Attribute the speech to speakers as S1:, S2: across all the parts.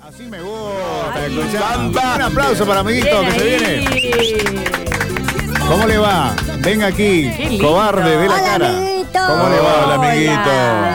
S1: Así me gusta.
S2: Ahí.
S1: escuchar. Un aplauso para amiguito que se viene. ¿Cómo le va? Venga aquí,
S2: Qué lindo.
S1: cobarde de la
S3: Hola,
S1: cara.
S3: amiguito.
S1: ¿Cómo le va,
S2: Hola.
S1: amiguito?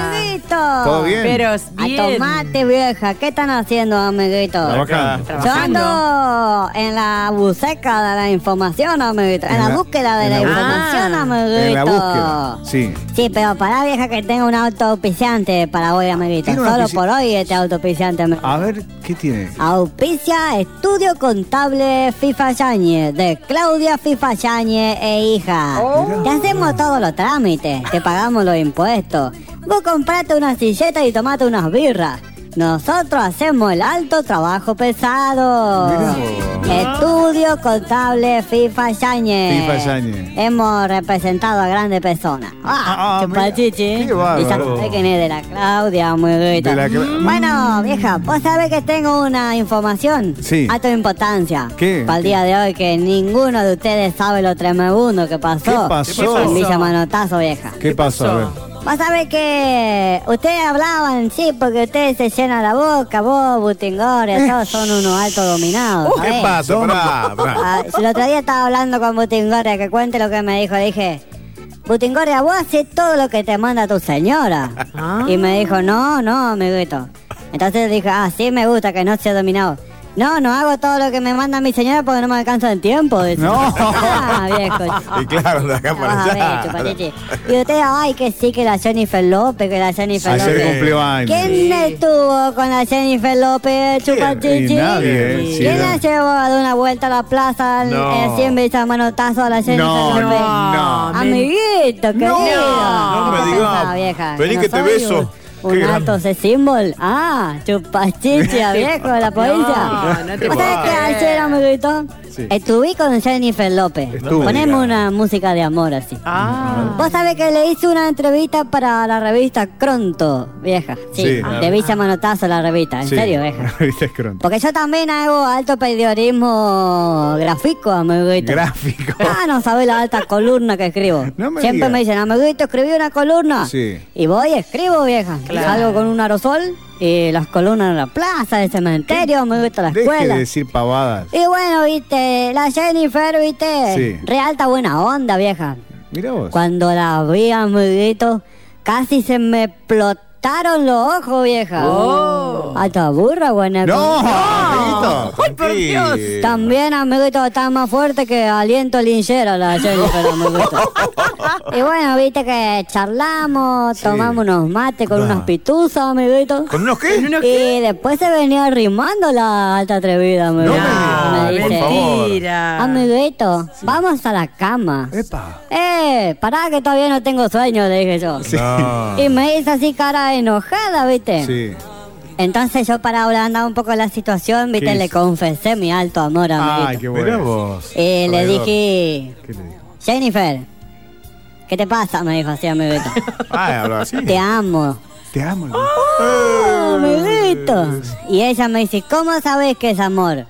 S3: Amiguito.
S1: ¿Todo bien?
S2: Pero
S3: A
S2: bien.
S3: tomate, vieja. ¿Qué están haciendo, amiguito?
S1: Trabajando.
S3: Yo ando en la buceca de la información, amiguito. En,
S1: En
S3: la,
S1: la-
S3: búsqueda de
S1: en
S3: la,
S1: la búsqueda.
S3: información,
S2: Ah,
S3: amiguito.
S1: En la búsqueda. Sí.
S3: Sí, pero para vieja que tengo un autopiciante para hoy, amiguito.
S1: Tiene un
S3: Solo
S1: auspici-
S3: por hoy este autopiciante. amiguito.
S1: A ver, ¿qué tiene?
S3: Auspicia Estudio Contable FIFA Yañez de Claudia FIFA Yañez e hija.
S1: Oh.
S3: Te hacemos todos los trámites, te pagamos los impuestos. Vos comprate una silleta y tomate unas birras. Nosotros hacemos el alto trabajo pesado.
S1: Mirá
S3: Estudio Contable FIFA Yañez.
S1: FIFA Yáñez.
S3: Hemos representado a grandes personas.
S1: Ah,
S3: Ah,
S1: ah,
S3: chupachichi.
S1: mirá. Qué
S3: Y ya
S1: bárbaro.
S3: sabés quién es de la Claudia, amiguito.
S1: De la Cla-
S3: Mm. Bueno, vieja, vos sabés que tengo una información
S1: Sí.
S3: a tu importancia.
S1: ¿Qué?
S3: Para el día de hoy que ninguno de ustedes sabe lo tremebundo que pasó.
S1: ¿Qué pasó?
S3: En Villa Manotazo, vieja.
S1: ¿Qué pasó? A ver.
S3: Vos sabés que ustedes hablaban, sí, porque ustedes se llenan la boca, vos, butingores, todos son unos altos dominados.
S4: ¿Qué
S3: ¿sabés?
S4: pasa? Pará, pará.
S3: Ah, el otro día estaba hablando con Butingorria, que cuente lo que me dijo. Le dije, Butingorria, vos haces todo lo que te manda tu señora. Y me dijo, no, no, amiguito. Entonces dije, ah, sí me gusta que no sea dominado. No, no hago todo lo que me manda mi señora porque no me alcanza el tiempo. dice.
S1: No.
S3: Ah, viejo.
S4: Y claro, de acá para
S3: Vamos a ver,
S4: allá.
S3: chupatete. Y usted, ay, que sí, que la Jennifer López, que la Jennifer
S1: Ayer
S3: López.
S1: cumplió años.
S3: ¿Quién estuvo con la Jennifer López, Chupachichi?
S1: Y nadie, ¿eh? Sí,
S3: ¿Quién
S1: no.
S3: la llevó a dar una vuelta a la plaza en
S4: No.
S3: eh, 100 veces a manotazo a la Jennifer
S1: No, Ah,
S3: López?
S1: no, no.
S3: Amiguito, querido.
S4: No me
S3: ¿Qué
S4: digas.
S3: pensaba, vieja?
S4: Vení
S3: no
S4: que te
S3: soy
S4: beso.
S3: Un,
S4: Qué
S3: un
S4: gran-
S3: alto ese símbolo. Ah, chupachichi, a viejo de la provincia.
S2: no te
S3: ¿Vos sabés que
S2: puedo creer.
S3: ayer, amiguito,
S1: Sí.
S3: estuve con Jennifer López?
S1: Estuvo.
S3: Poneme una música de amor así.
S2: Ah.
S3: Vos sabés que le hice una entrevista para la revista Cronto, vieja. Sí,
S1: Sí.
S3: de Villa Manotazo la revista, en
S1: Sí.
S3: serio, vieja.
S1: Viste, es cronto.
S3: Porque yo también hago alto periodismo gráfico, amiguito.
S1: Gráfico.
S3: Ah, no sabés la alta columna que escribo.
S1: No me
S3: Siempre
S1: digas.
S3: me dicen, amiguito, escribí una columna.
S1: Sí.
S3: Y voy y escribo, vieja. Salgo con un aerosol y las columnas en la plaza, el cementerio, amiguito, la
S1: Deje
S3: escuela.
S1: de decir pavadas.
S3: Y bueno, viste, la Jennifer, viste,
S1: Sí.
S3: re alta buena onda, vieja.
S1: Mira vos.
S3: Cuando la vi, amiguito, casi se me explotaron los ojos, vieja. Hasta burra, buena.
S1: No, amiguito.
S2: Ay, por Dios.
S3: También, amiguito, está más fuerte que aliento linchera la Jennifer, amiguito. y bueno, viste que charlamos, tomamos unos mates con unas pituzas, amiguito.
S4: Ah. ¿Con unos
S2: ¿En
S4: qué?
S2: unos
S3: Y después se venía arrimando la alta atrevida, amiguito.
S4: me
S3: Me
S4: digas, por
S3: dice,
S4: favor.
S2: Mentira.
S3: Amiguito, vamos a la cama.
S1: Epa.
S3: Eh, pará que todavía no tengo sueño, le dije yo.
S4: No.
S3: Y me hizo así cara enojada, ¿viste?
S1: Ah. Sí.
S3: Entonces yo para ablandar un poco la situación, ¿viste?
S1: ¿Qué
S3: Le
S1: hizo?
S3: confesé mi alto amor a
S1: Ay,
S3: mi
S1: qué
S4: Mirá
S1: bueno.
S4: vos.
S3: Y le
S4: traidor.
S3: dije,
S1: ¿Qué le dijo?
S3: Jennifer, ¿qué te pasa? Me dijo así, amiguito.
S4: Ay, ahora sí.
S3: te amo.
S1: Te amo. le dijo.
S3: Oh, amiguito. Y ella me dice, ¿cómo sabes que es amor?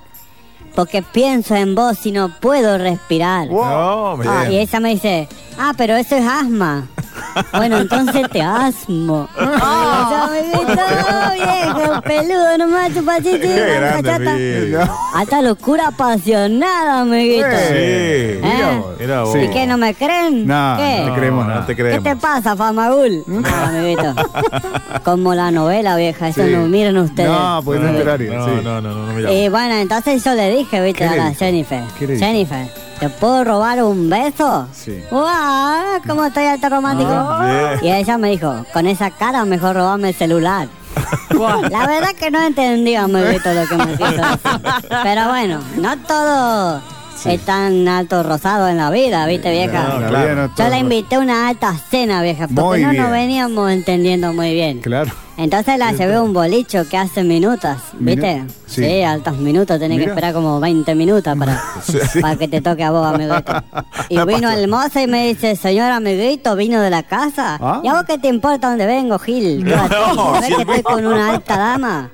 S3: Porque pienso en vos y no puedo respirar.
S4: No, me
S3: Ah, y
S4: digas.
S3: ella me dice, ah, pero eso es asma. Bueno, entonces te asmo. Eso, viejo, peludo nomás, chupachito,
S4: Qué grande,
S3: chata.
S4: Miguel.
S3: Hasta locura apasionada, amiguito.
S4: Sí.
S3: Eh.
S4: Mirá vos.
S1: Sí.
S3: ¿Y qué, no me creen?
S1: No,
S3: ¿Qué?
S1: no te creemos
S4: No,
S1: nada.
S4: no te
S3: ¿Qué
S4: creemos.
S3: te pasa, Famagul? No, amiguito. Como la novela, vieja, eso
S1: Sí.
S3: no miren ustedes.
S1: No, porque no es horario.
S4: No,
S1: sí.
S4: no, no, no, no, mirá.
S3: Y Eh, bueno, entonces yo le dije, viste,
S1: ¿Qué
S3: a
S1: le
S3: la
S1: dijo?
S3: Jennifer.
S1: ¿Qué le dijo?
S3: Jennifer, ¿te puedo robar un beso?
S1: Sí.
S3: ¡Guau! ¿Cómo estoy alto romántico?
S4: Ah.
S3: Y ella me dijo, con esa cara mejor robame el celular. la verdad que no entendí, amiguito, lo que me quiso decir. Pero bueno, no todo es tan alto rosado en la vida, viste, vieja.
S1: Eh, No, la
S4: claro.
S1: vida no
S3: Yo
S1: todo-
S3: la invité a una alta cena, vieja, porque
S1: Muy
S3: no nos
S1: bien.
S3: veníamos entendiendo muy bien.
S1: Claro.
S3: Entonces la llevé a un bolicho que hace minutos,
S1: Minu-
S3: ¿viste?
S1: sí.
S3: Sí, altos minutos, tenés
S1: Mira.
S3: que esperar como 20 minutos para, para que te toque a vos, amiguito. Y vino el mozo y me dice, señor amiguito, vino de la casa.
S1: Ah.
S3: ¿Y a vos qué te importa dónde vengo, Gil? ¿Qué vas a hacer?
S4: no,
S3: ¿Sabés
S4: si
S3: que
S4: el
S3: estoy con una alta dama?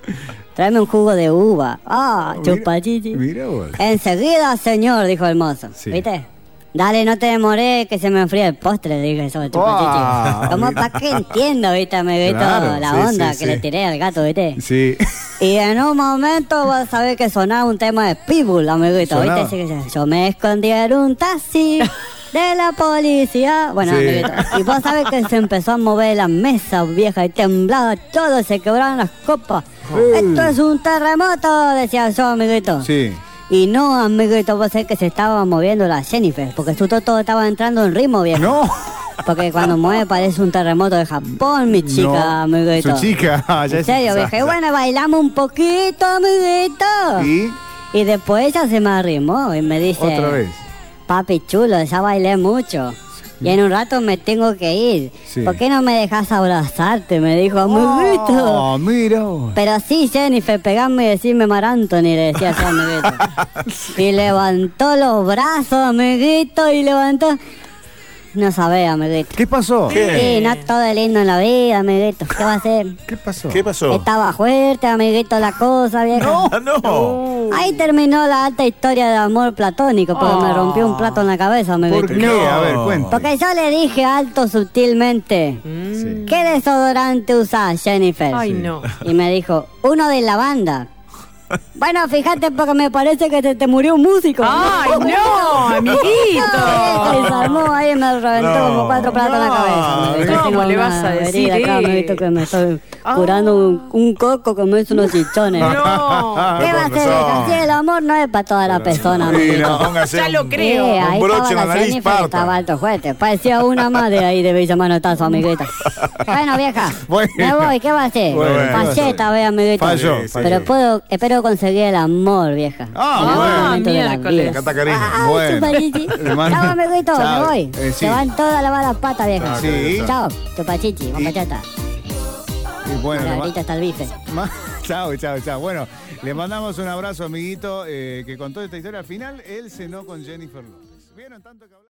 S3: Tráeme un jugo de uva. Ah,
S1: Mira-
S3: chupachichi.
S1: Mira vos.
S3: Enseguida, señor, dijo el mozo.
S1: Sí.
S3: ¿Viste? Dale, no te demoré, que se me enfríe el postre, le dije sobre tu
S1: Wow.
S3: pachichi. Como para que entiendo, viste, me vi
S1: Ah, Claro,
S3: toda la
S1: sí,
S3: onda
S1: sí, sí.
S3: que le tiré al gato, viste.
S1: Sí.
S3: Y en un momento vos sabés que sonaba un tema de Pitbull, amiguito,
S1: Sonaba.
S3: ¿viste? Así que yo me escondí en un taxi de la policía. Bueno,
S1: Sí.
S3: amiguito. Y vos sabés que se empezó a mover la mesa vieja y temblaba todo, se quebraron las copas. Esto es un terremoto, decía yo, amiguito.
S1: Sí.
S3: Y no, amiguito, vos sabés que se estaba moviendo la Jennifer, porque su todo estaba entrando en ritmo, viejo.
S1: No.
S3: Porque cuando mueve parece un terremoto de Japón, mi chica,
S1: No.
S3: amiguito.
S1: Su chica. ya
S3: En
S1: es-
S3: serio, dije, bueno, bailamos un poquito, amiguito.
S1: Y
S3: Y después ella se me arrimó y me dice,
S1: otra vez.
S3: papi chulo, ya bailé mucho. Y en un rato me tengo que ir.
S1: Sí.
S3: ¿Por qué no me dejas abrazarte? Me dijo, amiguito.
S1: Oh, mira. vos.
S3: Pero sí, Jennifer, pegame y decime Mar Anthony, le decía yo, amiguito. Y levantó los brazos, amiguito, y levantó... No sabés, amiguito.
S1: ¿Qué pasó?
S4: ¿Qué?
S3: Sí, no todo es lindo en la vida, amiguito. ¿Qué va a ser?
S1: ¿Qué pasó?
S4: ¿Qué pasó?
S3: Estaba fuerte, amiguito, la cosa, vieja.
S4: Ah, no.
S3: Ahí terminó la alta historia de amor platónico, porque me rompió un plato en la cabeza, amiguito.
S1: ¿Por qué? A ver,
S4: No.
S1: cuenta.
S3: Porque mm, yo le dije alto sutilmente,
S1: Sí.
S3: ¿qué desodorante usás, Jennifer?
S2: Ay, no.
S3: Y me dijo, uno de lavanda. Bueno, fíjate porque me parece que se te murió un músico.
S2: ¡Ay, no,
S3: No, Se
S2: amiguito!
S3: desarmó ahí y me reventó
S4: No.
S3: como cuatro platos en la
S1: No,
S3: cabeza. amiguito.
S2: ¿cómo
S3: Tengo
S2: le
S3: una
S2: vas a decir
S3: herida acá, amiguito,
S2: eso?
S3: que me estoy
S2: Ah.
S3: curando un, un coco como es unos chichones.
S2: No.
S3: ¿Qué va a
S4: Con
S3: hacer?
S4: razón.
S3: Así el amor no es para toda la persona.
S4: Sí,
S3: amiguito.
S4: no, póngase
S2: Ya lo
S4: un-
S2: creo.
S3: Sí,
S4: un
S3: Eh, ahí
S4: broche en
S3: estaba
S4: la
S3: la
S4: nariz,
S3: Jennifer,
S4: parta.
S3: estaba alto juguete. Parecía una madre ahí de Villa Manotazo, amiguita. Bueno, vieja,
S1: Bueno.
S3: me voy, ¿qué va a hacer?
S1: Bueno.
S3: Falleta, ve, amiguita.
S1: Falló,
S4: Sí, sí.
S3: Pero puedo, espero conseguir el amor, vieja.
S1: Ah,
S3: En algún
S1: bueno. Ah,
S3: momento de la
S2: miércoles.
S3: vida.
S4: Canta Karina.
S3: Ay,
S1: Bueno.
S3: chupachichi.
S1: Hermano.
S3: ah, Chao, amiguito,
S1: Chao.
S3: me voy.
S1: Eh, sí.
S3: Se van todas lavadas las patas, vieja.
S1: Sí.
S3: Chao, chupachichi, bombachata.
S1: Y bueno,
S3: Ahorita
S1: ma-
S3: hasta el bife.
S1: ma- chao, chao, chao. Bueno, le mandamos un abrazo, amiguito, eh, que contó esta historia. Al final, él cenó con Jennifer López. ¿Vieron tanto que hablamos?